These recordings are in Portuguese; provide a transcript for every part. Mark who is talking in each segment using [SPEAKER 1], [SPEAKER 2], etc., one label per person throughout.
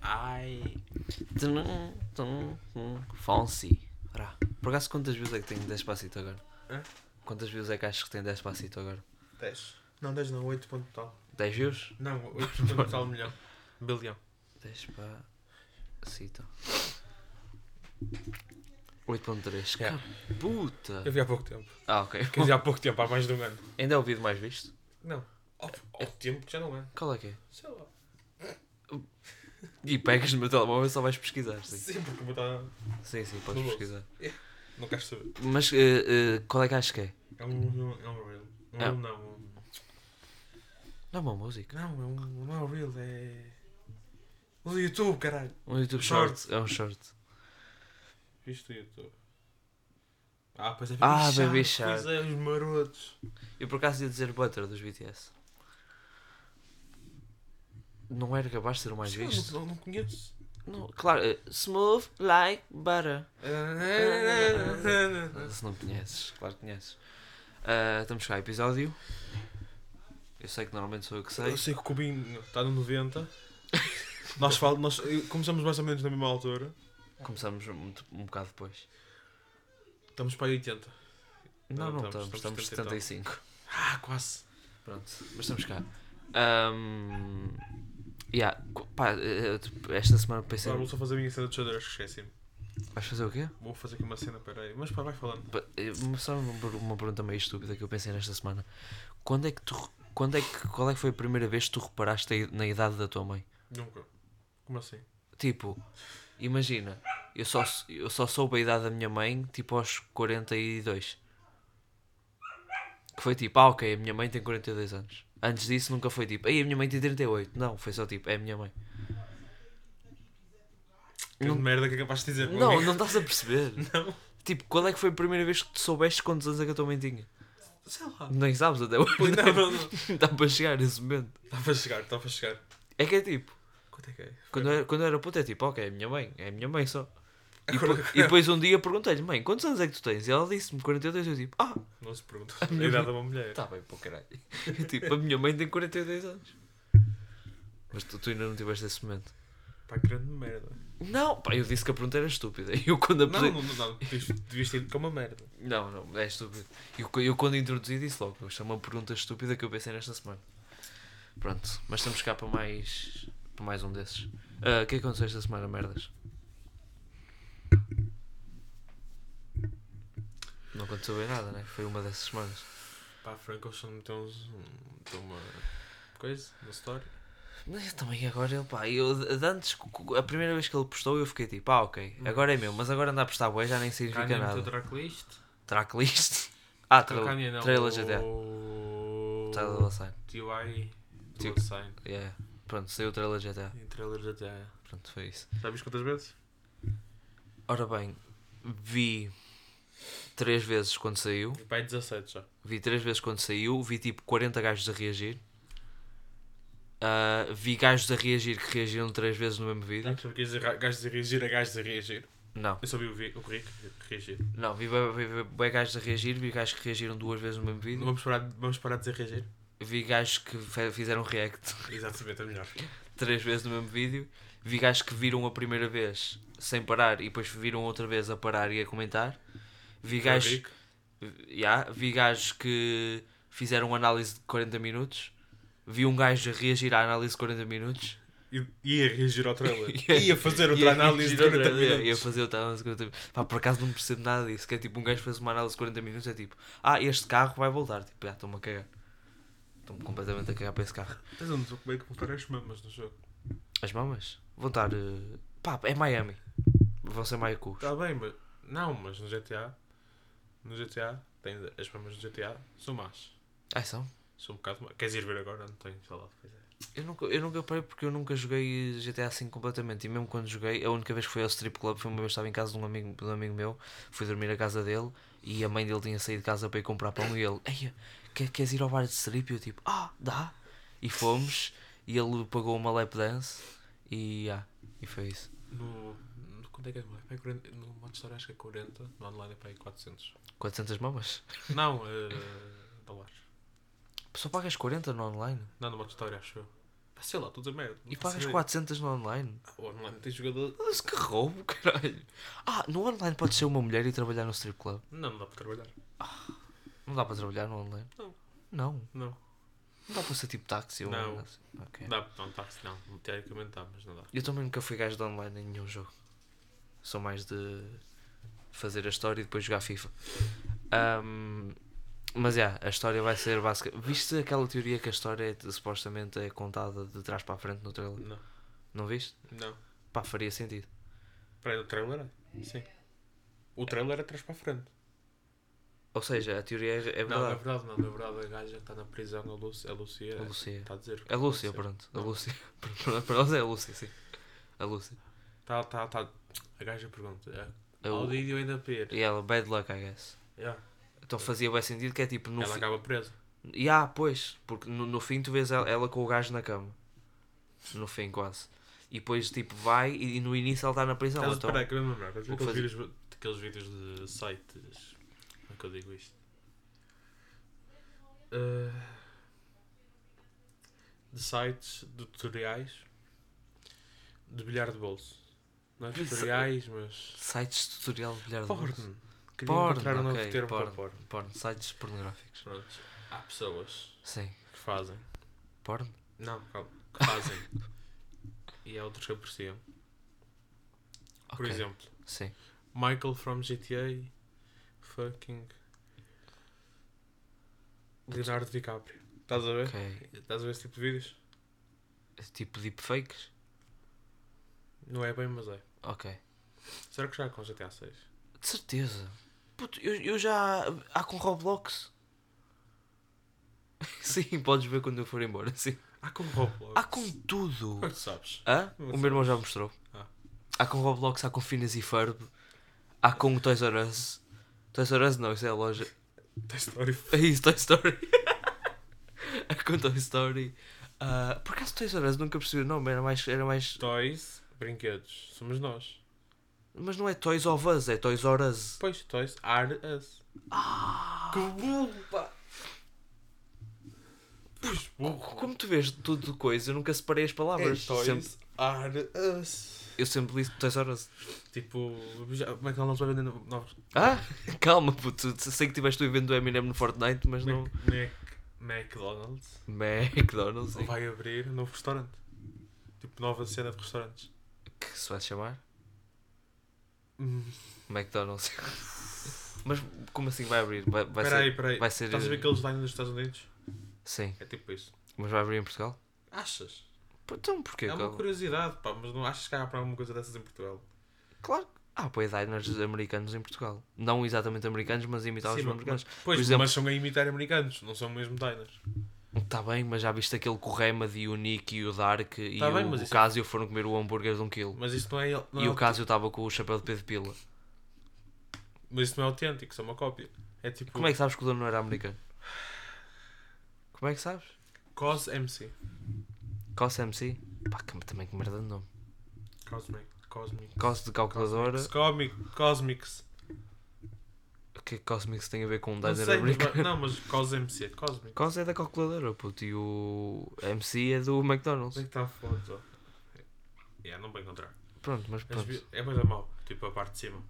[SPEAKER 1] Ai. Tum, tum, tum. Fonsi. Ora, Por acaso quantas views é que tem Despacito agora?
[SPEAKER 2] Hã?
[SPEAKER 1] Quantas views é que achas que tem Despacito agora?
[SPEAKER 2] 10. Não, 10 não, 8 ponto tal.
[SPEAKER 1] 10 views?
[SPEAKER 2] Não, 8 ponto tal milhão. Bilhão.
[SPEAKER 1] Despacito. então. 8.3.
[SPEAKER 2] Yeah.
[SPEAKER 1] Que Puta!
[SPEAKER 2] Eu vi há pouco tempo.
[SPEAKER 1] Ah, ok.
[SPEAKER 2] Quer dizer, há pouco tempo, há mais de um ano.
[SPEAKER 1] Ainda é o vídeo mais visto?
[SPEAKER 2] Não. Ao, ao tempo que já não é.
[SPEAKER 1] Qual é que é?
[SPEAKER 2] Sei lá.
[SPEAKER 1] E pegas no meu telemóvel e só vais pesquisar, sim.
[SPEAKER 2] Sim, porque vou estar.
[SPEAKER 1] Sim, sim, podes
[SPEAKER 2] No bolso.
[SPEAKER 1] pesquisar.
[SPEAKER 2] Não queres saber.
[SPEAKER 1] Mas eh, eh, qual é que achas que é?
[SPEAKER 2] É um. É um reel. Um
[SPEAKER 1] Ah.
[SPEAKER 2] reel não. um-
[SPEAKER 1] Não é uma música.
[SPEAKER 2] Não, é um. Não é um reel, é. O do YouTube, caralho.
[SPEAKER 1] Um YouTube
[SPEAKER 2] Short.
[SPEAKER 1] Short. É um short.
[SPEAKER 2] Viste o YouTube. Ah, pois é.
[SPEAKER 1] Ah,
[SPEAKER 2] Baby
[SPEAKER 1] Baby
[SPEAKER 2] Shark, Pois é, os marotos.
[SPEAKER 1] Eu por acaso ia dizer Butter dos BTS. Não era capaz de ser o mais
[SPEAKER 2] Sei lá,
[SPEAKER 1] visto.
[SPEAKER 2] Não, não conheço.
[SPEAKER 1] Não, claro, eh, Smooth Like Butter. Ah, Se não conheces, claro que conheces. Ah, estamos cá, episódio. Eu sei que normalmente sou eu que sei.
[SPEAKER 2] Eu sei que o Cubinho está no 90. nós, fal- nós começamos mais ou menos na mesma altura.
[SPEAKER 1] Começamos muito- um bocado depois.
[SPEAKER 2] Estamos para aí 80. Não,
[SPEAKER 1] Não, não
[SPEAKER 2] estamos-
[SPEAKER 1] estamos, estamos
[SPEAKER 2] estamos 70 e
[SPEAKER 1] 75.
[SPEAKER 2] Ah, quase.
[SPEAKER 1] Pronto, mas estamos cá. Ahm, yeah, co- pá, eh, eh, esta semana pensei.
[SPEAKER 2] Agora vou só fazer a minha cena de xadrez, que esqueci-me.
[SPEAKER 1] Vais fazer o quê?
[SPEAKER 2] Vou fazer aqui uma cena, peraí. Mas pá, vai falando.
[SPEAKER 1] Pa- eh, Só uma, per- uma pergunta meio estúpida que eu pensei nesta semana. Quando é que tu. re- Quando é que, qual é que foi a primeira vez que tu reparaste a i- na idade da tua mãe?
[SPEAKER 2] Nunca. Como assim?
[SPEAKER 1] Tipo, imagina, eu só, eu só soube a idade da minha mãe tipo aos 42. Que foi tipo, ah ok, a minha mãe tem 42 anos. Antes disso nunca foi tipo, ei, a minha mãe tem 38. Não, foi só tipo, é a minha mãe.
[SPEAKER 2] Que
[SPEAKER 1] Não-
[SPEAKER 2] merda que é capaz de dizer.
[SPEAKER 1] Não, não estás a perceber.
[SPEAKER 2] Não.
[SPEAKER 1] Tipo, qual é que foi a primeira vez que tu soubeste quantos anos é que a tua mãe tinha?
[SPEAKER 2] Sei lá.
[SPEAKER 1] Nem sabes até hoje.
[SPEAKER 2] Pois, Não, não, não.
[SPEAKER 1] Dá para chegar esse momento.
[SPEAKER 2] Está para chegar, está para chegar.
[SPEAKER 1] É que é tipo,
[SPEAKER 2] Quanto é que é?
[SPEAKER 1] quando eu, era- quando eu era puto é tipo, ok, é a minha mãe, é a minha mãe só. E,
[SPEAKER 2] Agora-
[SPEAKER 1] depo- e depois um dia perguntei-lhe, mãe, quantos anos é que tu tens? E ela disse-me 42, eu tipo, ah,
[SPEAKER 2] Não se pergunta. A idade de uma mulher.
[SPEAKER 1] está bem, pô, caralho. Eu, tipo, a minha mãe tem 42 anos. Mas tu, tu ainda não tiveste esse momento.
[SPEAKER 2] Pá, grande merda.
[SPEAKER 1] Não, pá, eu disse que a pergunta era estúpida. E eu quando a
[SPEAKER 2] Não,
[SPEAKER 1] posi-
[SPEAKER 2] não, não, não. Devias devias ter ido com uma merda.
[SPEAKER 1] Não, não, é estúpido. Eu, co- eu quando introduzi disse logo, isto é uma pergunta estúpida que eu pensei nesta semana. Pronto, mas estamos cá para mais, para mais um desses. Ah, O que é que aconteceu esta semana, merdas? Não aconteceu bem nada, né? Foi uma dessas semanas.
[SPEAKER 2] Pá, Franco, só meteu uns. um- meteu uma. coisa, uma história.
[SPEAKER 1] Mas eu também agora ele, pá, eu de de antes, cu- cu- a primeira vez que ele postou eu fiquei tipo, ah ok, agora é meu, mas agora andar a postar boi já nem significa
[SPEAKER 2] Kanye meteu
[SPEAKER 1] nada.
[SPEAKER 2] tracklist.
[SPEAKER 1] Tracklist? Ah, tra
[SPEAKER 2] Kanye não.
[SPEAKER 1] trailer GTA.
[SPEAKER 2] O.
[SPEAKER 1] Trailer da Sign.
[SPEAKER 2] TY.
[SPEAKER 1] T-
[SPEAKER 2] Blood Sign.
[SPEAKER 1] tá, Yeah. Pronto, saiu o trailer GTA.
[SPEAKER 2] E trailer GTA.
[SPEAKER 1] Pronto, foi isso.
[SPEAKER 2] Já viste quantas vezes?
[SPEAKER 1] Ora bem, vi três vezes quando saiu,
[SPEAKER 2] Pá, é 17 já.
[SPEAKER 1] vi três vezes quando saiu, vi tipo 40 gajos a reagir. Ah, vi gajos a reagir que reagiram três vezes no mesmo vídeo.
[SPEAKER 2] Sabes o que é dizer gajos a reagir a gajos a reagir?
[SPEAKER 1] Não,
[SPEAKER 2] Eu só vi o, vi, o Rick reagir.
[SPEAKER 1] não, vi bué- vi bué- bué gajos a reagir, vi gajos que reagiram duas vezes no mesmo
[SPEAKER 2] Não
[SPEAKER 1] vídeo.
[SPEAKER 2] vamos parar, de- vamos parar de dizer reagir?
[SPEAKER 1] Vi gajos que fe- fizeram react
[SPEAKER 2] Exatamente, é melhor.
[SPEAKER 1] três vezes no mesmo vídeo. Vi gajos que viram a primeira vez sem parar e depois viram outra vez a parar e a comentar. Vi gajos.
[SPEAKER 2] Rick,
[SPEAKER 1] Ya, vi gajos que fizeram análise de 40 minutos. Vi um gajo a reagir à análise de 40 minutos.
[SPEAKER 2] e- Ia reagir ao trailer.
[SPEAKER 1] Ia-
[SPEAKER 2] Ia fazer
[SPEAKER 1] E
[SPEAKER 2] outra
[SPEAKER 1] a
[SPEAKER 2] análise de
[SPEAKER 1] reagir
[SPEAKER 2] 40
[SPEAKER 1] outra- ia- Ia
[SPEAKER 2] minutos.
[SPEAKER 1] fazer outra análise de 40 minutos. Pá, por acaso não percebo nada disso. Que é tipo, um gajo fez uma análise de 40 minutos. É tipo, ah, este carro vai voltar. Tipo, já estou-me a cagar. Estou-me completamente a cagar para esse carro.
[SPEAKER 2] Mas eu não sei como é que voltar as mamas no jogo.
[SPEAKER 1] As mamas vão estar. eh, Pá, é Miami. Vão ser Maia Cus.
[SPEAKER 2] Está Tá bem, mas. Não, mas no GTA. No GTA. Tem, as mamas no GTA são más.
[SPEAKER 1] Ah, são?
[SPEAKER 2] São um bocado más. Queres ir ver agora? Não tenho, sei lá. Pois é.
[SPEAKER 1] Eu nunca, eu nunca parei porque eu nunca joguei GTA V completamente. E mesmo quando joguei, a única vez que fui ao strip club foi uma vez que estava em casa de um amigo, de um amigo meu. Fui dormir à casa dele e a mãe dele tinha saído de casa para ir comprar pão. E ele, Eia, quer, queres ir ao bar de strip? E eu tipo, ah, dá. E fomos. E ele pagou uma lap dance. E, ah, e foi isso.
[SPEAKER 2] No. no quanto é que é mais? Pá, é 40 No modo história acho que é 40. No online é para aí 400.
[SPEAKER 1] 400 mamas?
[SPEAKER 2] Não, eh, dólares.
[SPEAKER 1] Só pagas 40 no online?
[SPEAKER 2] Não, no modo história acho eu. Sei lá, estou a dizer merda.
[SPEAKER 1] E pagas
[SPEAKER 2] Sei.
[SPEAKER 1] 400 no online?
[SPEAKER 2] O online tem jogador.
[SPEAKER 1] Mas que roubo, caralho. Ah, no online podes ser uma mulher e trabalhar no strip club.
[SPEAKER 2] Não, não dá para trabalhar.
[SPEAKER 1] Não dá para trabalhar no online?
[SPEAKER 2] Não.
[SPEAKER 1] Não.
[SPEAKER 2] Não.
[SPEAKER 1] Não dá para ser tipo táxi ou
[SPEAKER 2] Não.
[SPEAKER 1] algo assim? Ok.
[SPEAKER 2] Dá, não, táxi não. Teoricamente dá, mas não dá.
[SPEAKER 1] Eu também nunca fui gajo de online em nenhum jogo. Sou mais de fazer a história e depois jogar FIFA. Ahm, mas é, a história vai ser básica. Viste aquela teoria que a história é- supostamente é contada de trás para a frente no trailer?
[SPEAKER 2] Não.
[SPEAKER 1] Não viste?
[SPEAKER 2] Não.
[SPEAKER 1] Pá, faria sentido.
[SPEAKER 2] Para aí, o trailer é? Sim. O trailer é atrás para a frente.
[SPEAKER 1] Ou seja, a teoria é, é
[SPEAKER 2] não, não é
[SPEAKER 1] verdade.
[SPEAKER 2] verdade, não. Na verdade, a gaja que está na prisão, a Lúcia. É A Lucia
[SPEAKER 1] A Lucia.
[SPEAKER 2] Está a dizer.
[SPEAKER 1] A Lúcia, pronto. A Lúcia. Para para nós é a Lúcia, sim. A Lúcia.
[SPEAKER 2] Tá, tá, tá. A gaja pergunta.
[SPEAKER 1] A-
[SPEAKER 2] Ao vídeo ainda pira.
[SPEAKER 1] E ela, bad luck, I guess.
[SPEAKER 2] Yeah.
[SPEAKER 1] Então fazia bem sentido que é tipo no
[SPEAKER 2] Ela
[SPEAKER 1] fi-
[SPEAKER 2] acaba presa.
[SPEAKER 1] E há, pois, porque no, no fim tu vês ela, ela com o gajo na cama. No fim, quase. E depois, tipo, vai e, e no início ela está na prisão.
[SPEAKER 2] Estás a
[SPEAKER 1] então,
[SPEAKER 2] parar que eu lembro, é? estás a ver
[SPEAKER 1] o que
[SPEAKER 2] aqueles vídeos, aqueles vídeos de sites. Como é que eu digo isto? Ah, de sites, de tutoriais de bilhar de bolso. Não é
[SPEAKER 1] Que isso?
[SPEAKER 2] tutoriais, mas.
[SPEAKER 1] sites de tutorial de bilhar de bolso.
[SPEAKER 2] Porn! Queria
[SPEAKER 1] Porn,
[SPEAKER 2] encontrar um novo
[SPEAKER 1] ok,
[SPEAKER 2] termo para
[SPEAKER 1] porn.
[SPEAKER 2] porn.
[SPEAKER 1] Porn. Sites pornográficos.
[SPEAKER 2] Pronto. Há pessoas
[SPEAKER 1] Sim.
[SPEAKER 2] que fazem.
[SPEAKER 1] Porn?
[SPEAKER 2] Não, calma. Que fazem. e há outros que apreciam. Por
[SPEAKER 1] Ok,
[SPEAKER 2] exemplo,
[SPEAKER 1] Sim.
[SPEAKER 2] Michael from GTA. Fucking. Leonardo DiCaprio. Estás a ver?
[SPEAKER 1] Ok.
[SPEAKER 2] Estás a ver esse tipo de vídeos?
[SPEAKER 1] Tipo deepfakes?
[SPEAKER 2] Não é bem, mas é.
[SPEAKER 1] Ok.
[SPEAKER 2] Será que já há com GTA 6?
[SPEAKER 1] De certeza. Puto, eu, eu já. Há com Roblox. Sim, podes ver quando eu for embora. Sim.
[SPEAKER 2] Há com Roblox.
[SPEAKER 1] Há com tudo.
[SPEAKER 2] Como é que tu sabes?
[SPEAKER 1] Hã?
[SPEAKER 2] Não
[SPEAKER 1] O
[SPEAKER 2] sei.
[SPEAKER 1] meu irmão já me mostrou.
[SPEAKER 2] Ah.
[SPEAKER 1] Há com Roblox, há com Finas e Ferb, há com o Toys R Us. Toys R Us não, isso é a loja.
[SPEAKER 2] Toy Story.
[SPEAKER 1] É isso, Toy Story. há com Toy Story. Ah, por acaso Toys R Us nunca percebi o nome, era mais, era mais.
[SPEAKER 2] Toys, brinquedos. Somos nós.
[SPEAKER 1] Mas não é Toys of Us, é Toys R Us.
[SPEAKER 2] Pois, Toys are us. Ah! Que burro, pá! Pois, burro.
[SPEAKER 1] Como tu vês tudo de coisa, eu nunca separei as palavras.
[SPEAKER 2] Uhum. É Toys
[SPEAKER 1] Sempre-
[SPEAKER 2] are us.
[SPEAKER 1] eu sempre li Toys R Us.
[SPEAKER 2] Tipo, já- como é que ela não vai vender no- novos?
[SPEAKER 1] Ah, calma, puto. Sei que tiveste o evento do Eminem no Fortnite, mas não.
[SPEAKER 2] Mac, Mac- McDonald's
[SPEAKER 1] McDonald's, sim.
[SPEAKER 2] vai abrir um novo restaurante. Tipo, nova cena de restaurantes.
[SPEAKER 1] é que se vai chamar?
[SPEAKER 2] Hum.
[SPEAKER 1] McDonald's. Mas como assim vai abrir? Vai, vai ser...
[SPEAKER 2] Peraí, peraí.
[SPEAKER 1] vai ser- eh,
[SPEAKER 2] Estás a ver aqueles lá nos Estados Unidos?
[SPEAKER 1] Sim,
[SPEAKER 2] É tipo isso.
[SPEAKER 1] mas vai abrir em Portugal?
[SPEAKER 2] Achas?
[SPEAKER 1] Pô, Então porquê?
[SPEAKER 2] é uma
[SPEAKER 1] Claro-
[SPEAKER 2] curiosidade, pá, mas não achas que há para alguma coisa dessas em Portugal?
[SPEAKER 1] Claro. que Há ah, diners americanos em Portugal. Não exatamente americanos, mas imitados
[SPEAKER 2] Sim,
[SPEAKER 1] por
[SPEAKER 2] mas-
[SPEAKER 1] americanos.
[SPEAKER 2] Pois,
[SPEAKER 1] exemplo-
[SPEAKER 2] mas são a imitar americanos, não são mesmo diners.
[SPEAKER 1] Está Tá bem, mas já viste aquele correma de o Nick e o Dark e
[SPEAKER 2] Tá
[SPEAKER 1] o,
[SPEAKER 2] bem, mas
[SPEAKER 1] o
[SPEAKER 2] isso-
[SPEAKER 1] Casio foram comer o hambúrguer de um quilo.
[SPEAKER 2] Mas isso não é, não
[SPEAKER 1] e
[SPEAKER 2] é
[SPEAKER 1] o
[SPEAKER 2] aut-
[SPEAKER 1] Casio estava com o chapéu de Pedro Pila.
[SPEAKER 2] mas isso não é autêntico, só uma cópia. É tipo
[SPEAKER 1] Como é que sabes que o dono não era americano? Como é que sabes?
[SPEAKER 2] Cos MC.
[SPEAKER 1] Cos MC? Pá, que, também que merda de nome.
[SPEAKER 2] Cosmic. Cosmic.
[SPEAKER 1] Cos de calculadora.
[SPEAKER 2] Cosmic. Cosmics.
[SPEAKER 1] O que é que Cosmics tem a ver com um
[SPEAKER 2] Não
[SPEAKER 1] diner
[SPEAKER 2] sei, mas,
[SPEAKER 1] americano?
[SPEAKER 2] vai- não, mas Cos MC é Cosmic.
[SPEAKER 1] Cos é da calculadora, puto, e o MC é do McDonald's.
[SPEAKER 2] Onde é que está a foto? É, não vou encontrar.
[SPEAKER 1] Pronto, mas
[SPEAKER 2] Mas
[SPEAKER 1] pronto.
[SPEAKER 2] vi- É muito mal, tipo a parte de cima.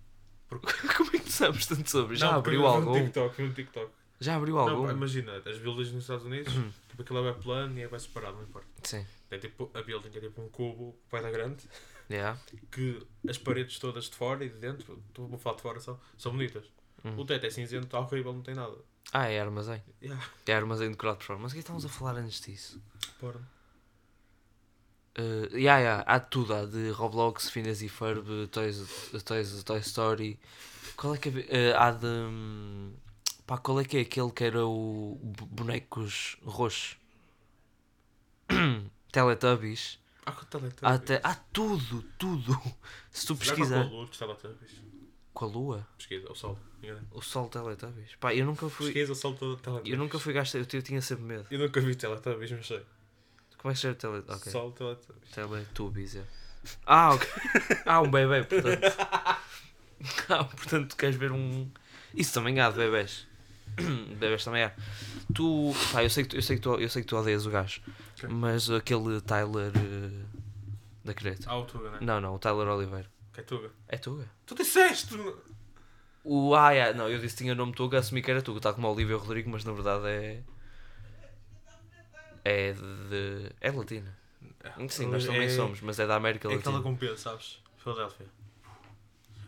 [SPEAKER 1] Como é que sabes tanto sobre? Já
[SPEAKER 2] Não, porque
[SPEAKER 1] abriu
[SPEAKER 2] eu vi um
[SPEAKER 1] algum?
[SPEAKER 2] TikTok, vi um TikTok.
[SPEAKER 1] Já abriu
[SPEAKER 2] Não,
[SPEAKER 1] algum?
[SPEAKER 2] pá, imagina, as buildings nos Estados Unidos,
[SPEAKER 1] Uhum.
[SPEAKER 2] tipo aquilo é bem plano e é bem separado, não importa.
[SPEAKER 1] Sim.
[SPEAKER 2] É tipo, a building é tipo um cubo bem da grande,
[SPEAKER 1] Yeah.
[SPEAKER 2] que as paredes todas de fora e de dentro, estou vou falar de fora, são, são bonitas.
[SPEAKER 1] Uhum.
[SPEAKER 2] O teto é cinzento, está horrível, não tem nada.
[SPEAKER 1] Ah, é armazém.
[SPEAKER 2] Yeah.
[SPEAKER 1] É armazém decorado por fora. Mas o que é que estávamos a falar antes disso?
[SPEAKER 2] Porno.
[SPEAKER 1] Uh, yeah, yeah, há de tudo, há de Roblox, Finas e Ferb, Toys, Toys, Toy Story. Qual é que é, eh, há de. hum, Pá, qual é que é aquele que era o bo- bonecos roxos? Teletubbies.
[SPEAKER 2] Ah, com teletubbies.
[SPEAKER 1] Há, até, há tudo, tudo. Se tu
[SPEAKER 2] Será que é
[SPEAKER 1] pesquisar.
[SPEAKER 2] Com a luz, teletubbies.
[SPEAKER 1] Com a lua?
[SPEAKER 2] Pesquisa, o sol. engana.
[SPEAKER 1] O sol Teletubbies? Pá, eu nunca fui.
[SPEAKER 2] Pesquisa, o sol, todo teletubbies.
[SPEAKER 1] Eu nunca fui gasto. Eu, eu tinha sempre medo.
[SPEAKER 2] Eu nunca vi teletubbies, mas sei.
[SPEAKER 1] Como é que se chama Teletubbies? Ok.
[SPEAKER 2] Sol, teletubbies.
[SPEAKER 1] Teletubbies, é. Ah, ok. Ah, um bebê, portanto. Ah, portanto, tu queres ver um. Isso também há de bebés. Bebes também é. Tu. Pá, eu sei que tu, eu sei que tu, eu sei que tu odeias o gajo.
[SPEAKER 2] Ok.
[SPEAKER 1] Mas aquele Tyler. eh, da Creta.
[SPEAKER 2] Ah, o Tuga, né?
[SPEAKER 1] Não, não, o Tyler Oliveira.
[SPEAKER 2] Que é Tuga.
[SPEAKER 1] É Tuga.
[SPEAKER 2] Tu disseste! no-
[SPEAKER 1] O. Ah, yeah, não, eu disse que tinha o nome Tuga, assumi que era Tuga, tal como o Olivia Rodrigo, mas na verdade é. É de. É latina. Sim, nós também
[SPEAKER 2] É-
[SPEAKER 1] somos, mas é da América
[SPEAKER 2] É aquela
[SPEAKER 1] Latina.
[SPEAKER 2] com P, sabes? Filadélfia.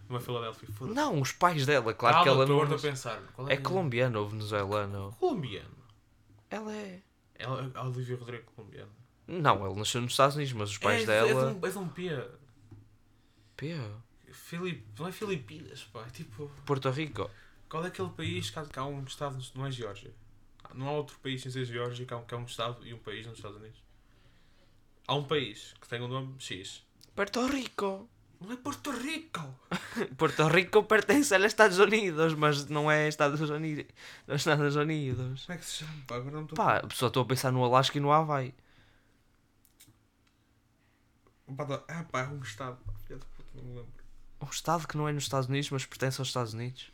[SPEAKER 2] Não é Filadélfia, foda-se.
[SPEAKER 1] Não, os pais dela, claro que ela
[SPEAKER 2] estou
[SPEAKER 1] não.
[SPEAKER 2] agora a pensar. Qual
[SPEAKER 1] É colombiana ou venezuelana? ou-
[SPEAKER 2] Colombiano.
[SPEAKER 1] Ela é.
[SPEAKER 2] Ela, a Olivia Rodrigo é colombiana.
[SPEAKER 1] Não, ela nasceu nos Estados Unidos, mas os pais
[SPEAKER 2] é,
[SPEAKER 1] dela.
[SPEAKER 2] É de, um, é de um P.
[SPEAKER 1] Pê,
[SPEAKER 2] Filip... Não é Filipinas, pá. É tipo...
[SPEAKER 1] Porto Rico.
[SPEAKER 2] Qual é aquele país que há, que há um estado... Não é Geórgia. Não há outro país sem ser Geórgia que há, um, que há um estado e um país nos Estados Unidos. Há um país que tem o nome X.
[SPEAKER 1] Porto Rico.
[SPEAKER 2] Não é Porto Rico!
[SPEAKER 1] Porto Rico pertence aos Estados Unidos, mas não é Estados Unidos. Não é Estados Unidos.
[SPEAKER 2] Como é que se chama? Pá, agora não estou...
[SPEAKER 1] Pá, só estou a pensar no Alasca e no Havaí.
[SPEAKER 2] Pá, tá- Ah, pá, é um estado. Pá, filha de puta, não me lembro.
[SPEAKER 1] Um estado que não é nos Estados Unidos, mas pertence aos Estados Unidos.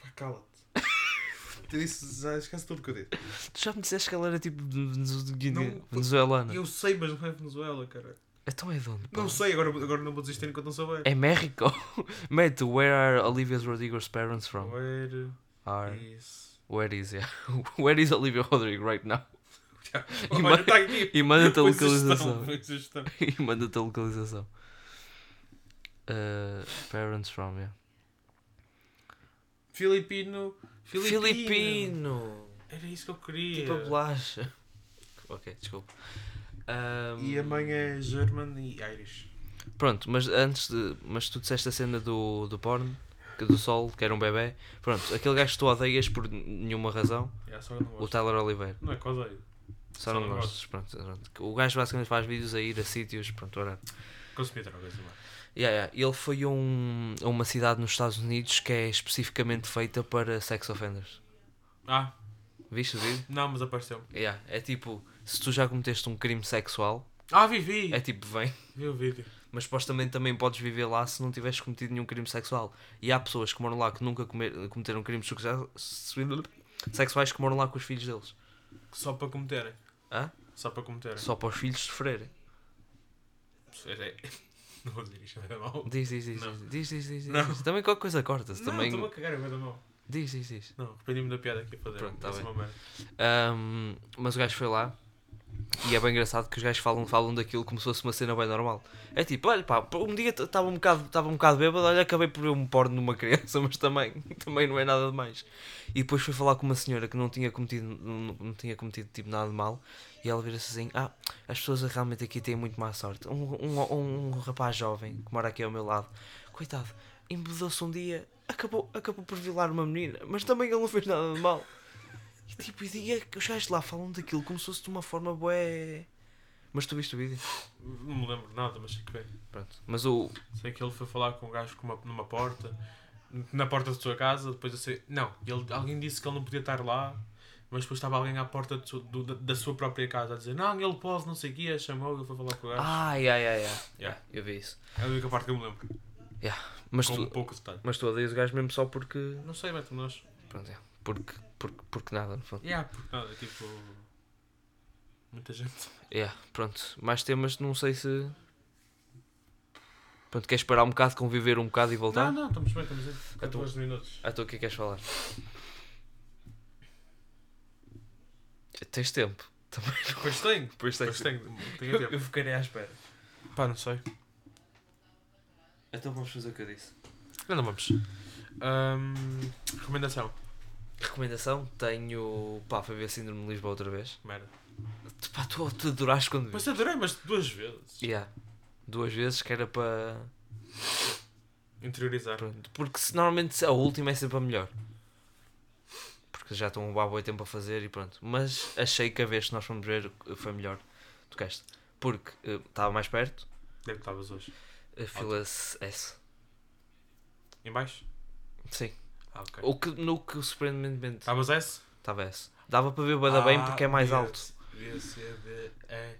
[SPEAKER 2] Pá, cala-te. Tu disse... Já esquece tudo o que eu disse.
[SPEAKER 1] Tu já me disseste que ela era tipo de Venez- de Guiné-
[SPEAKER 2] Não,
[SPEAKER 1] venezuelana.
[SPEAKER 2] Eu sei, mas não é Venezuela, cara.
[SPEAKER 1] Então é de onde? pá?
[SPEAKER 2] Não sei, agora, agora não vou desistir enquanto não souber.
[SPEAKER 1] É México. Mate, where are Olivia Rodrigo's parents from?
[SPEAKER 2] Where
[SPEAKER 1] Are.
[SPEAKER 2] is...
[SPEAKER 1] Where is, yeah. Where is Olivia Rodrigo right now? E
[SPEAKER 2] Olha, está aqui.
[SPEAKER 1] E manda-te a
[SPEAKER 2] Foi sugestão,
[SPEAKER 1] localização.
[SPEAKER 2] foi sugestão.
[SPEAKER 1] e manda-te a localização. Uh, parents from, yeah.
[SPEAKER 2] Filipino... Filipino.
[SPEAKER 1] Filipino!
[SPEAKER 2] Era isso que eu queria.
[SPEAKER 1] Tipo a bolacha. Ok, desculpa. Um,
[SPEAKER 2] E a mãe é German e Irish.
[SPEAKER 1] Pronto, mas antes de. Mas tu disseste a cena do, do porno, que- do sol, que era um bebê. Pronto, aquele gajo que tu odeias por nenhuma razão,
[SPEAKER 2] É, só que eu não
[SPEAKER 1] o
[SPEAKER 2] gosto.
[SPEAKER 1] Tyler Oliveira.
[SPEAKER 2] Não é que eu odeio.
[SPEAKER 1] Só não gostas, pronto, pronto. O gajo basicamente faz vídeos a ir a sítios, pronto, ora.
[SPEAKER 2] Consumir drogas, não é?
[SPEAKER 1] Yeah, yeah. Ele foi a, um, a uma cidade nos Estados Unidos que é especificamente feita para sex offenders.
[SPEAKER 2] Ah,
[SPEAKER 1] Viste o vídeo?
[SPEAKER 2] não, mas apareceu.
[SPEAKER 1] Yeah, é tipo, se tu já cometeste um crime sexual,
[SPEAKER 2] Ah, vivi!
[SPEAKER 1] é tipo, vem.
[SPEAKER 2] Vi o vídeo.
[SPEAKER 1] Mas supostamente também podes viver lá se não tiveres cometido nenhum crime sexual. E há pessoas que moram lá que nunca comer- cometeram crimes sexuais- sexuais que moram lá com os filhos deles.
[SPEAKER 2] Só para cometerem.
[SPEAKER 1] Hã?
[SPEAKER 2] Só para cometerem.
[SPEAKER 1] Só para os filhos sofrerem.
[SPEAKER 2] É- Não vou dizer isto, é mau.
[SPEAKER 1] Diz, diz, diz.
[SPEAKER 2] Não.
[SPEAKER 1] Diz, diz, diz, diz,
[SPEAKER 2] Não.
[SPEAKER 1] diz. Também qualquer coisa corta-se.
[SPEAKER 2] Não,
[SPEAKER 1] Também...
[SPEAKER 2] estou-me a cagar, é bué da mau.
[SPEAKER 1] Diz, diz, diz.
[SPEAKER 2] Não, arrependi-me da piada que ia fazer.
[SPEAKER 1] Pronto, tá
[SPEAKER 2] Parece
[SPEAKER 1] bem.
[SPEAKER 2] uma merda.
[SPEAKER 1] Ahm, mas o gajo foi lá e é bem engraçado que os gajos falam, falam daquilo como se fosse uma cena bem normal. É tipo, olha pá, um dia estava um bocado, estava um bocado bêbado, olha, acabei por ver um porno numa criança, mas também, também não é nada demais. E depois foi falar com uma senhora que não tinha cometido, não, não tinha cometido tipo nada de mal e ela vira-se assim, ah, as pessoas realmente aqui têm muito má sorte. Um, um, um, um rapaz jovem que mora aqui ao meu lado, coitado, embedou-se um dia, acabou, acabou por violar uma menina, mas também ele não fez nada de mal. E tipo, e diga que os gajos lá falam daquilo como se fosse de uma forma bué. Mas tu viste o vídeo?
[SPEAKER 2] Não me lembro de nada, mas sei que bem.
[SPEAKER 1] Pronto. Mas o.
[SPEAKER 2] Sei que ele foi falar com um gajo com uma- numa porta, na porta da sua casa, depois eu sei. Não, ele, alguém disse que ele não podia estar lá, mas depois estava alguém à porta de su- do- da- da sua própria casa a dizer não, ele pode, não sei o quê, chamou, ele foi falar com o gajo.
[SPEAKER 1] Ai, ai, ai, ai.
[SPEAKER 2] Yeah.
[SPEAKER 1] Eu vi isso.
[SPEAKER 2] É a única parte que eu me lembro,
[SPEAKER 1] Mas
[SPEAKER 2] com um
[SPEAKER 1] tu,
[SPEAKER 2] pouco detalhe.
[SPEAKER 1] mas tu odeias o gajo mesmo só porque.
[SPEAKER 2] Não sei, mete nós.
[SPEAKER 1] Pronto, é. Porque, porque, porque nada, no fundo.
[SPEAKER 2] Yeah, porque nada, tipo. Muita gente.
[SPEAKER 1] Yeah, É, pronto. Mais temas, não sei se. Pronto, queres parar um bocado, conviver um bocado e voltar?
[SPEAKER 2] Não, não, estamos bem, estamos bem.
[SPEAKER 1] É tu.
[SPEAKER 2] 14 minutos.
[SPEAKER 1] Ah, tu o que é que queres falar? Tens tempo. Também não.
[SPEAKER 2] Pois tenho,
[SPEAKER 1] Depois
[SPEAKER 2] pois
[SPEAKER 1] tens tempo.
[SPEAKER 2] tenho, tenho tempo.
[SPEAKER 1] ficarei à espera.
[SPEAKER 2] Pá, não sei.
[SPEAKER 1] Então vamos fazer o que eu disse.
[SPEAKER 2] Não, não vamos. Ahm, recomendação.
[SPEAKER 1] Recomendação, tenho. Pá, foi ver Síndrome de Lisboa outra vez.
[SPEAKER 2] Merda.
[SPEAKER 1] Tu- Pá, tu tu adoraste quando vi.
[SPEAKER 2] Mas adorei, mas duas vezes.
[SPEAKER 1] Yeah. Duas vezes que era para.
[SPEAKER 2] Interiorizar.
[SPEAKER 1] Pronto. Porque se, normalmente se- a última é sempre a melhor. Porque já estão a boi tempo a fazer e pronto. Mas achei que a vez que nós fomos ver eh, foi melhor do que esta. Porque eh, estava mais perto,
[SPEAKER 2] Onde é que estavas hoje?
[SPEAKER 1] a fila S.
[SPEAKER 2] Em baixo?
[SPEAKER 1] Sim.
[SPEAKER 2] Ah, ok.
[SPEAKER 1] O que, no que surpreendentemente
[SPEAKER 2] Estavas S?
[SPEAKER 1] estava S. Dava para ver o
[SPEAKER 2] Ah,
[SPEAKER 1] Bada bem porque é mais alto.
[SPEAKER 2] B, C, D, E.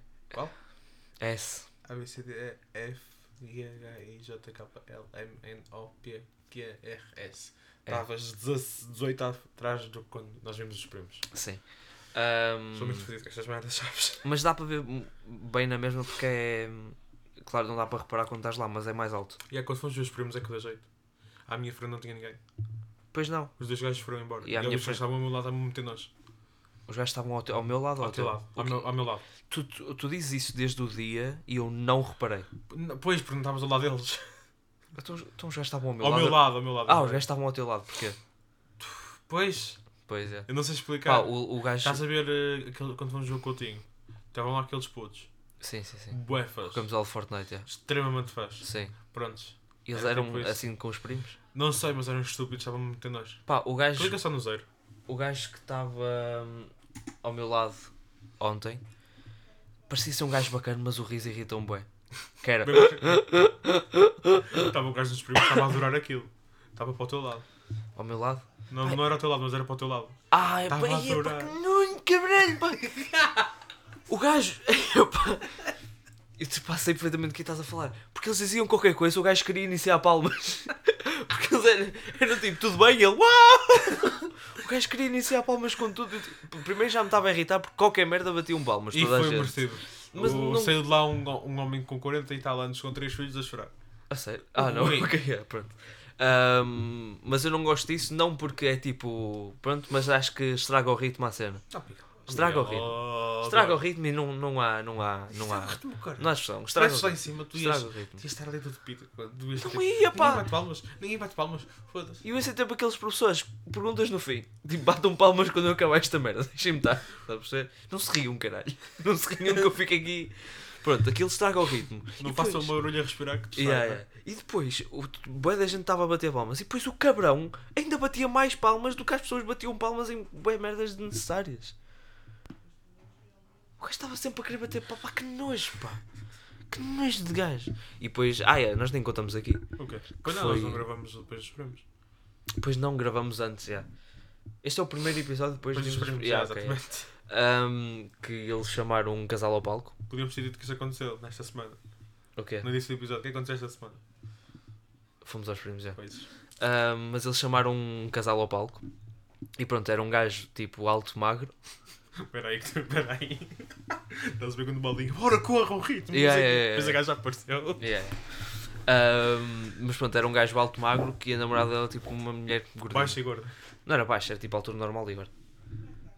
[SPEAKER 1] S.
[SPEAKER 2] A, B, C, D, E, F. G-H-I-J-K-L-M-N-O-P-Q-R-S.
[SPEAKER 1] É.
[SPEAKER 2] Estavas 18 atrás do que quando nós vimos os primos.
[SPEAKER 1] Sim. Ahm,
[SPEAKER 2] Sou muito fodido com estas merdas, sabes?
[SPEAKER 1] mas dá para ver bem na mesma porque é. Claro, não dá para reparar quando estás lá, mas é mais alto.
[SPEAKER 2] E é quando foram os meus primos é que eu dei jeito. À minha frente não tinha ninguém.
[SPEAKER 1] Pois não.
[SPEAKER 2] Os dois gajos foram embora.
[SPEAKER 1] E
[SPEAKER 2] E,
[SPEAKER 1] à
[SPEAKER 2] a
[SPEAKER 1] minha
[SPEAKER 2] minha
[SPEAKER 1] frente-
[SPEAKER 2] frente estavam ao meu lado a me meter nós.
[SPEAKER 1] Os gajos estavam ao, teu- ao meu lado,
[SPEAKER 2] Ao teu lado. Ao meu, ao meu lado.
[SPEAKER 1] Tu, tu, tu dizes isso desde o dia e eu não reparei.
[SPEAKER 2] Não, Pois, porque não estavas ao lado deles.
[SPEAKER 1] Então, os- então os gajos estavam ao meu
[SPEAKER 2] Ao
[SPEAKER 1] lado.
[SPEAKER 2] meu lado, ao meu lado.
[SPEAKER 1] Ah, os gajos estavam ao teu lado, porquê?
[SPEAKER 2] Pois,
[SPEAKER 1] Pois é.
[SPEAKER 2] eu não sei
[SPEAKER 1] Pá,
[SPEAKER 2] explicar.
[SPEAKER 1] o, o gajo.
[SPEAKER 2] Estás a ver eh, aquele, quando fomos jogo Coutinho? Estavam lá aqueles putos.
[SPEAKER 1] Sim, sim, sim.
[SPEAKER 2] Bué fãs.
[SPEAKER 1] Ficamos ao de Fortnite, é.
[SPEAKER 2] Extremamente fãs.
[SPEAKER 1] Sim.
[SPEAKER 2] Prontos.
[SPEAKER 1] Eles
[SPEAKER 2] É,
[SPEAKER 1] eram
[SPEAKER 2] tipo isso.
[SPEAKER 1] assim com os primos.
[SPEAKER 2] Não sei, mas eram estúpidos, estavam muito em nós.
[SPEAKER 1] Pá, o gajo,
[SPEAKER 2] Clica só no zero.
[SPEAKER 1] o gajo que estava hum, ao meu lado ontem parecia ser um gajo bacana, mas o riso irritou-me bué. Que era.
[SPEAKER 2] Estava o gajo dos primos, estava a adorar aquilo. Estava para o teu lado.
[SPEAKER 1] Ao meu lado?
[SPEAKER 2] Não, não era ao teu lado, mas era para o teu lado.
[SPEAKER 1] Ai,
[SPEAKER 2] Tava
[SPEAKER 1] pá,
[SPEAKER 2] a
[SPEAKER 1] ia para
[SPEAKER 2] adorar.
[SPEAKER 1] Nuno Cabralho, pá. O gajo. é, Eu, pá, eu te passei perfeitamente o que estás a falar. Porque eles diziam qualquer coisa, o gajo queria iniciar palmas. Porque eles eram, eram tipo, tudo bem, e ele, uau! O gajo queria iniciar palmas com tudo. Eu, tipo, Primeiro já me estava a irritar porque qualquer merda batia um palmas.
[SPEAKER 2] E
[SPEAKER 1] Toda a
[SPEAKER 2] foi
[SPEAKER 1] gente.
[SPEAKER 2] merecido.
[SPEAKER 1] Mas
[SPEAKER 2] O-
[SPEAKER 1] não-
[SPEAKER 2] Saiu de lá um, um homem com 40 e tal anos com 3 filhos a chorar.
[SPEAKER 1] A sério? Ah, não,
[SPEAKER 2] Ui.
[SPEAKER 1] ok, é, pronto. Ahm, mas eu não gosto disso, não porque é tipo. Pronto, mas acho que estraga o ritmo à cena. Estraga o ritmo.
[SPEAKER 2] Oh,
[SPEAKER 1] Estraga o ritmo e não, não há. Não há. Não
[SPEAKER 2] Estraga
[SPEAKER 1] há.
[SPEAKER 2] é o ritmo, cara.
[SPEAKER 1] Não há discussão.
[SPEAKER 2] Estraga
[SPEAKER 1] Estraga o
[SPEAKER 2] lá em
[SPEAKER 1] ritmo.
[SPEAKER 2] cima, tu ias,
[SPEAKER 1] Estraga
[SPEAKER 2] ias
[SPEAKER 1] o ritmo.
[SPEAKER 2] estar ali todo pito. Tu ias
[SPEAKER 1] Não
[SPEAKER 2] ter-
[SPEAKER 1] ia, pá.
[SPEAKER 2] Ninguém bate palmas, ninguém bate palmas, foda-se.
[SPEAKER 1] E eu ia ser sempre aqueles professores, perguntas no fim, tipo, batam palmas quando eu acabar esta merda, deixem-me estar, está a perceber? Não se riam, caralho, não se riam que eu fico aqui. Pronto, aquilo estraga o ritmo.
[SPEAKER 2] Não
[SPEAKER 1] E
[SPEAKER 2] façam
[SPEAKER 1] depois-
[SPEAKER 2] uma barulho a respirar que tu
[SPEAKER 1] Yeah,
[SPEAKER 2] estraga.
[SPEAKER 1] yeah. E depois, o boé da gente estava a bater palmas. E depois o cabrão ainda batia mais palmas do que as pessoas batiam palmas em boé merdas desnecessárias. O gajo estava sempre a querer bater palmas. Pá, que nojo, pá. Que nojo de gajo. E depois, ah, é, nós nem contamos aqui.
[SPEAKER 2] O quê? Pois não,
[SPEAKER 1] Foi-
[SPEAKER 2] nós não gravamos depois dos prêmios.
[SPEAKER 1] Depois não gravamos antes, já. Este é o primeiro episódio depois,
[SPEAKER 2] Depois dos
[SPEAKER 1] vimos-
[SPEAKER 2] prêmios,
[SPEAKER 1] Yeah,
[SPEAKER 2] já,
[SPEAKER 1] ok.
[SPEAKER 2] exatamente.
[SPEAKER 1] Ahm, que eles chamaram um casal ao palco.
[SPEAKER 2] Podíamos ter dito que isso aconteceu nesta semana.
[SPEAKER 1] O quê?
[SPEAKER 2] No início do episódio, o que aconteceu esta semana?
[SPEAKER 1] Fomos aos primos, já.
[SPEAKER 2] Coisas.
[SPEAKER 1] Ah, mas eles chamaram um casal ao palco. E pronto, era um gajo tipo alto, magro.
[SPEAKER 2] Peraí, que- peraí. Estás a ver quando o baldinho. Bora, corra o ritmo! não sei o
[SPEAKER 1] Yeah,
[SPEAKER 2] quê.
[SPEAKER 1] yeah, yeah.
[SPEAKER 2] Depois a gaja apareceu.
[SPEAKER 1] Yeah. Ahm, mas pronto, era um gajo alto, magro. Que a namorada dela, tipo, uma mulher gordinha.
[SPEAKER 2] Baixa e gorda.
[SPEAKER 1] Não era baixa, era tipo altura normal, Igor.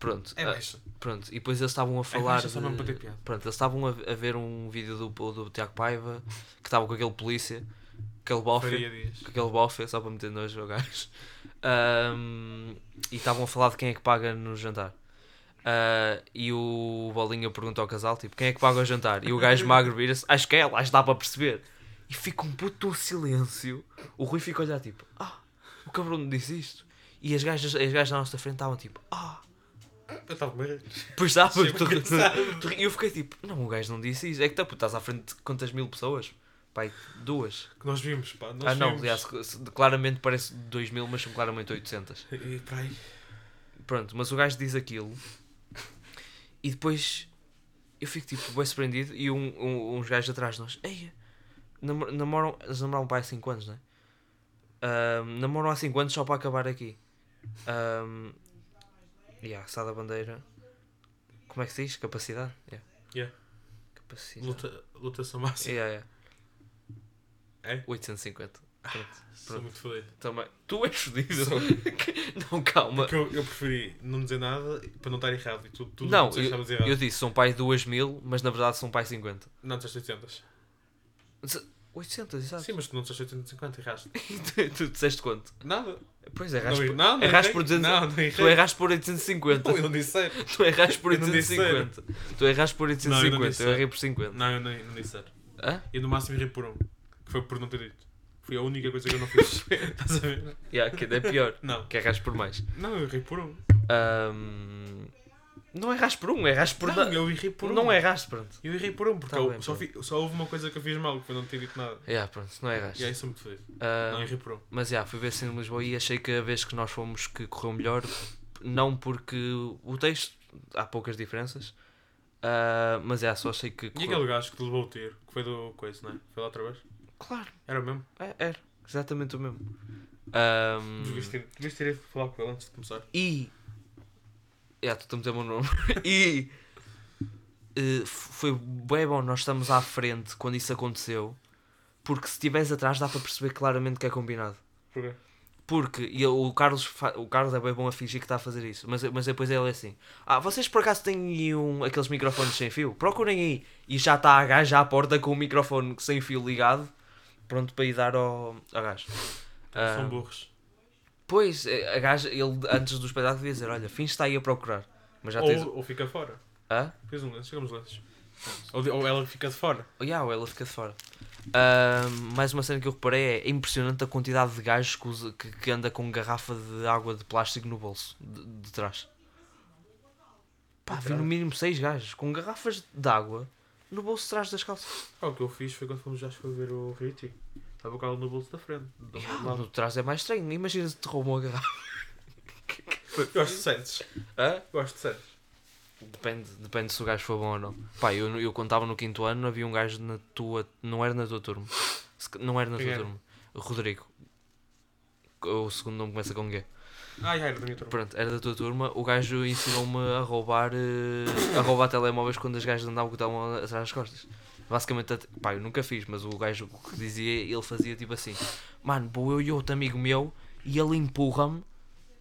[SPEAKER 1] Pronto.
[SPEAKER 2] É
[SPEAKER 1] ah,
[SPEAKER 2] baixa. É
[SPEAKER 1] Pronto, e depois eles estavam a falar.
[SPEAKER 2] baixa, só mesmo para ter piada.
[SPEAKER 1] Pronto, eles estavam a, a ver um vídeo do, do Tiago Paiva que estava com aquele polícia, aquele bofe,
[SPEAKER 2] Faria dias.
[SPEAKER 1] com aquele bofe, é só para meter nojo ao gajo. Ahm, e estavam a falar de quem é que paga no jantar. Ah, e o Bolinha pergunta ao casal: tipo, quem é que paga o jantar? E o gajo magro vira-se: acho que é ela, acho que dá para perceber. E fica um puto silêncio. O Rui fica a olhar, tipo, ah, o cabrão me disse isto. E as gajas, as gajas à nossa frente estavam tipo, ah.
[SPEAKER 2] Eu estava a rir.
[SPEAKER 1] Pois dá, mas
[SPEAKER 2] Sempre
[SPEAKER 1] tu,
[SPEAKER 2] cansado.
[SPEAKER 1] tu- eu fiquei tipo, não, o gajo não disse isso. É que tá, puto, estás à frente de quantas mil pessoas? Pai, duas.
[SPEAKER 2] Que nós vimos, pá. Nós
[SPEAKER 1] ah, não,
[SPEAKER 2] vimos.
[SPEAKER 1] aliás, se- claramente parece dois mil, mas são claramente 800.
[SPEAKER 2] E, peraí.
[SPEAKER 1] Pronto, mas o gajo diz aquilo e depois eu fico tipo, bem surpreendido. E um, um- uns gajos atrás de nós, eia, namor- namoram, eles namoram para há 5 anos, não é? Ahm, namoram há 5 anos só para acabar aqui. Um, yeah, Sá da Bandeira. Como é que se diz? Capacidade? Yeah.
[SPEAKER 2] Yeah.
[SPEAKER 1] Capacidade.
[SPEAKER 2] Luta, luta máxima.
[SPEAKER 1] Yeah, yeah.
[SPEAKER 2] É?
[SPEAKER 1] 850. É, Pronto.
[SPEAKER 2] Sou muito fodido.
[SPEAKER 1] Também. Tu és fodido.
[SPEAKER 2] Sou.
[SPEAKER 1] Não, calma.
[SPEAKER 2] Porque eu, eu preferi não dizer nada para não estar errado. E tu, tu
[SPEAKER 1] Não,
[SPEAKER 2] disseste que estavas
[SPEAKER 1] eu,
[SPEAKER 2] errado.
[SPEAKER 1] eu disse, são pai 2 mil, mas na verdade são pai 50.
[SPEAKER 2] Não, disseste 800.
[SPEAKER 1] Se- 800, exato.
[SPEAKER 2] Sim, mas tu não disseste 850, erraste.
[SPEAKER 1] E tu, tu disseste quanto?
[SPEAKER 2] Nada.
[SPEAKER 1] Pois erraste por,
[SPEAKER 2] não, não,
[SPEAKER 1] erraste
[SPEAKER 2] errei.
[SPEAKER 1] por 200.
[SPEAKER 2] Não, não
[SPEAKER 1] tu
[SPEAKER 2] errei.
[SPEAKER 1] erraste por 850.
[SPEAKER 2] Não, eu não disse certo.
[SPEAKER 1] Tu erraste por
[SPEAKER 2] Eu não disse
[SPEAKER 1] 850. Tu erraste por
[SPEAKER 2] Não, eu não
[SPEAKER 1] 850.
[SPEAKER 2] disse
[SPEAKER 1] Eu errei por 50.
[SPEAKER 2] Não, eu não, eu não disse certo.
[SPEAKER 1] Hã?
[SPEAKER 2] Eu no máximo errei por um. Que foi por não ter dito. Foi a única coisa que eu não fiz. Estás a ver?
[SPEAKER 1] Yeah, que ainda é pior.
[SPEAKER 2] Não.
[SPEAKER 1] Que erraste por mais.
[SPEAKER 2] Não, eu errei por um.
[SPEAKER 1] Ahm, não erraste por um, erraste por.
[SPEAKER 2] não,
[SPEAKER 1] da-
[SPEAKER 2] eu errei por um.
[SPEAKER 1] não erraste, pronto.
[SPEAKER 2] Eu errei por um, porque
[SPEAKER 1] Tá
[SPEAKER 2] eu-
[SPEAKER 1] bem,
[SPEAKER 2] só,
[SPEAKER 1] pronto.
[SPEAKER 2] fi- só houve uma coisa que eu fiz mal, que foi não ter dito nada.
[SPEAKER 1] Yeah, pronto, não erraste.
[SPEAKER 2] E aí sou muito feliz.
[SPEAKER 1] Ahm,
[SPEAKER 2] Não, errei por um.
[SPEAKER 1] Mas já, fui ver cinema em Lisboa e achei que a vez que nós fomos que correu melhor, não porque o texto, há poucas diferenças, ah, mas é, só achei que
[SPEAKER 2] E
[SPEAKER 1] correu.
[SPEAKER 2] aquele gajo que te levou o tiro, que foi do coisa, não é? Foi lá outra vez?
[SPEAKER 1] Claro,
[SPEAKER 2] Era o mesmo.
[SPEAKER 1] é- era exatamente o mesmo. Ahm,
[SPEAKER 2] Devias ter- Devias ter ido falar com ele antes de começar.
[SPEAKER 1] Ah, e. Já, tu estamos a meu nome. e. eh, f- foi bem bom nós estamos à frente quando isso aconteceu, porque se estiveres atrás dá para perceber claramente que é combinado.
[SPEAKER 2] Porquê?
[SPEAKER 1] Porque e eu- o, Carlos fa- o Carlos é bem bom a fingir que está a fazer isso, mas, mas depois ele é assim: Ah, vocês por acaso têm aí um, aqueles microfones sem fio? Procurem aí. E já está a gaja à porta com o microfone sem fio ligado, pronto para ir dar ao, ao gajo. Ah,
[SPEAKER 2] São burros.
[SPEAKER 1] Pois, eh, a gaja, ele antes do espetáculo devia dizer: Olha, fins está aí a procurar. Mas já
[SPEAKER 2] ou,
[SPEAKER 1] tens.
[SPEAKER 2] ou fica fora.
[SPEAKER 1] Hã?
[SPEAKER 2] Fez um lance, chegamos lances. Ou, de- ou ela fica de fora.
[SPEAKER 1] Oh, yeah, ela fica de fora. Ah, mais uma cena que eu reparei é, é impressionante a quantidade de gajos que, usa- que, que anda com garrafa de água de plástico no bolso, de, de trás. Pá, vi no mínimo seis gajos com garrafas de água no bolso de trás das calças.
[SPEAKER 2] Ah, o que eu fiz foi quando fomos já foi ver o Richie. Estava com ela no bolso da frente. Do
[SPEAKER 1] Yeah,
[SPEAKER 2] lado.
[SPEAKER 1] no de trás é mais estranho. Imagina se te roubam a garrafa.
[SPEAKER 2] Gosto de Santos.
[SPEAKER 1] Hã?
[SPEAKER 2] Gosto de Santos.
[SPEAKER 1] Depende, depende se o gajo foi bom ou não. Pá, eu, eu contava no quinto ano, havia um gajo na tua. Não era na tua turma. Se ca- Não era na
[SPEAKER 2] Quem
[SPEAKER 1] tua
[SPEAKER 2] era?
[SPEAKER 1] turma. Rodrigo. O segundo nome começa com G.
[SPEAKER 2] Ah, já era da minha turma.
[SPEAKER 1] Pronto, era da tua turma. O gajo ensinou-me a roubar. eh, a roubar telemóveis quando as gajas andavam com o telemóvel atrás das costas. Basicamente, até- pá, eu nunca fiz, mas o gajo o que dizia, ele fazia tipo assim: Mano, vou eu e outro amigo meu e ele empurra-me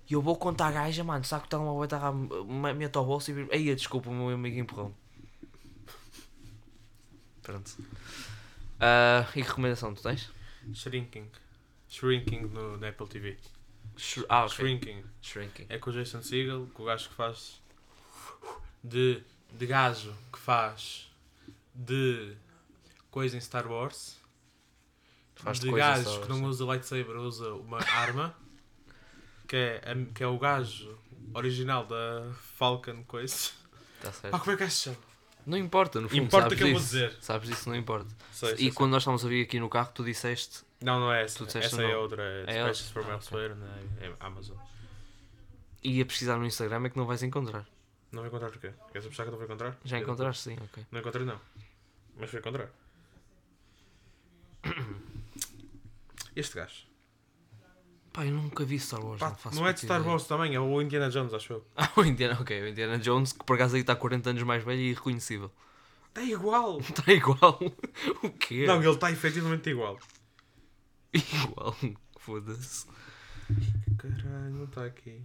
[SPEAKER 1] e eu vou contar a gaja, mano, saco o telemóvel, está a me- meto ao bolso e viro, Ei, desculpa, o meu amigo empurrou-me. Pronto. Ah, e que recomendação tu tens?
[SPEAKER 2] Shrinking. Shrinking no, na Apple TV.
[SPEAKER 1] Shri- ah, ok.
[SPEAKER 2] Shrinking.
[SPEAKER 1] Shrinking.
[SPEAKER 2] É com o Jason Segel, com o gajo que faz. De, de gajo que faz. De coisa em Star Wars.
[SPEAKER 1] Faz de
[SPEAKER 2] de
[SPEAKER 1] coisa
[SPEAKER 2] gajo
[SPEAKER 1] Star Wars,
[SPEAKER 2] que não
[SPEAKER 1] sim.
[SPEAKER 2] usa lightsaber, usa uma arma. que, é, a- que é o gajo original da Falcon Coisa.
[SPEAKER 1] Tá
[SPEAKER 2] Pá,
[SPEAKER 1] certo.
[SPEAKER 2] como é que é que se chama?
[SPEAKER 1] Não importa, no fundo.
[SPEAKER 2] Importa o
[SPEAKER 1] sabes
[SPEAKER 2] que eu vou
[SPEAKER 1] disso.
[SPEAKER 2] dizer.
[SPEAKER 1] Sabes disso, não importa.
[SPEAKER 2] Sei,
[SPEAKER 1] e
[SPEAKER 2] sei, sei.
[SPEAKER 1] quando nós estávamos a vir aqui no carro, tu disseste.
[SPEAKER 2] Não, não é
[SPEAKER 1] Tu
[SPEAKER 2] essa.
[SPEAKER 1] disseste
[SPEAKER 2] Essa
[SPEAKER 1] o
[SPEAKER 2] é
[SPEAKER 1] nome.
[SPEAKER 2] outra. É
[SPEAKER 1] É outra?
[SPEAKER 2] Dispatches from
[SPEAKER 1] Ah, ok.
[SPEAKER 2] Elsewhere na é Amazon.
[SPEAKER 1] Ia pesquisar no Instagram é que não vais encontrar.
[SPEAKER 2] Não vou encontrar o quê? Queres apostar que não vou encontrar?
[SPEAKER 1] Já encontraste, sim, ok.
[SPEAKER 2] Não encontrei, não. Mas vou encontrar. Este gajo.
[SPEAKER 1] Pá, eu nunca vi Star Wars.
[SPEAKER 2] Pá,
[SPEAKER 1] não, faço
[SPEAKER 2] não é de
[SPEAKER 1] puta
[SPEAKER 2] Star
[SPEAKER 1] ideia.
[SPEAKER 2] Wars também, é o Indiana Jones, acho eu.
[SPEAKER 1] Ah, o Indiana, ok, o Indiana Jones, que por acaso aí está 40 anos mais velho e irreconhecível.
[SPEAKER 2] Está igual!
[SPEAKER 1] Está Tá igual. tá o quê?
[SPEAKER 2] Não, ele está efetivamente igual.
[SPEAKER 1] Igual. Foda-se.
[SPEAKER 2] Caralho, não está aqui.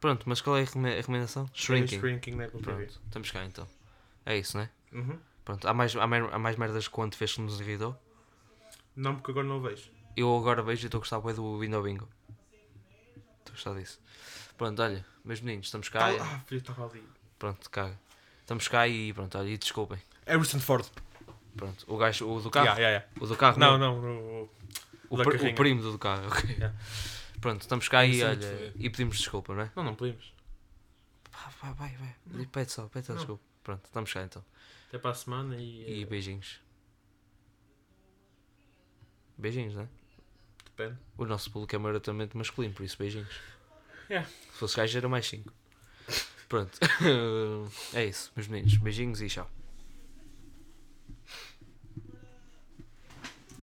[SPEAKER 1] Pronto, mas qual é a recome- a recomendação?
[SPEAKER 2] É
[SPEAKER 1] Shrinking.
[SPEAKER 2] Shrinking na Apple TV.
[SPEAKER 1] Pronto, estamos cá então. É isso, né?
[SPEAKER 2] Uhum.
[SPEAKER 1] Pronto, há mais, há mais, há mais merdas que o Ante fez que nos irritou.
[SPEAKER 2] Não, porque agora não o vejo.
[SPEAKER 1] Eu agora vejo e estou a gostar bué do Window Bingo. Estou a gostar disso. Pronto, olha, meus meninos, estamos cá.
[SPEAKER 2] Tá- ah, filho, estava ali.
[SPEAKER 1] Pronto, caga. Estamos cá e pronto, olha, e desculpem.
[SPEAKER 2] Harrison Ford.
[SPEAKER 1] Pronto, o gajo, o do carro, Tá
[SPEAKER 2] Yeah, yeah, yeah.
[SPEAKER 1] o do carro,
[SPEAKER 2] Não, não,
[SPEAKER 1] mesmo.
[SPEAKER 2] no-
[SPEAKER 1] o,
[SPEAKER 2] da
[SPEAKER 1] pri- o
[SPEAKER 2] carrinha.
[SPEAKER 1] primo do do carro, ok.
[SPEAKER 2] Yeah.
[SPEAKER 1] Pronto, estamos cá e
[SPEAKER 2] Isso é
[SPEAKER 1] olha,
[SPEAKER 2] muito feio.
[SPEAKER 1] e pedimos desculpa, não é?
[SPEAKER 2] Não, não podemos.
[SPEAKER 1] Pá, Vai, vai, vai, E pede só, pede só
[SPEAKER 2] Não.
[SPEAKER 1] desculpa. Pronto, estamos cá então.
[SPEAKER 2] Até para a semana e.
[SPEAKER 1] E
[SPEAKER 2] eh,
[SPEAKER 1] beijinhos. Beijinhos, não é?
[SPEAKER 2] Depende.
[SPEAKER 1] O nosso público é maioritariamente masculino, por isso beijinhos.
[SPEAKER 2] Yeah.
[SPEAKER 1] Se fosse gajo era mais 5. Pronto. é isso, meus meninos. Beijinhos e tchau.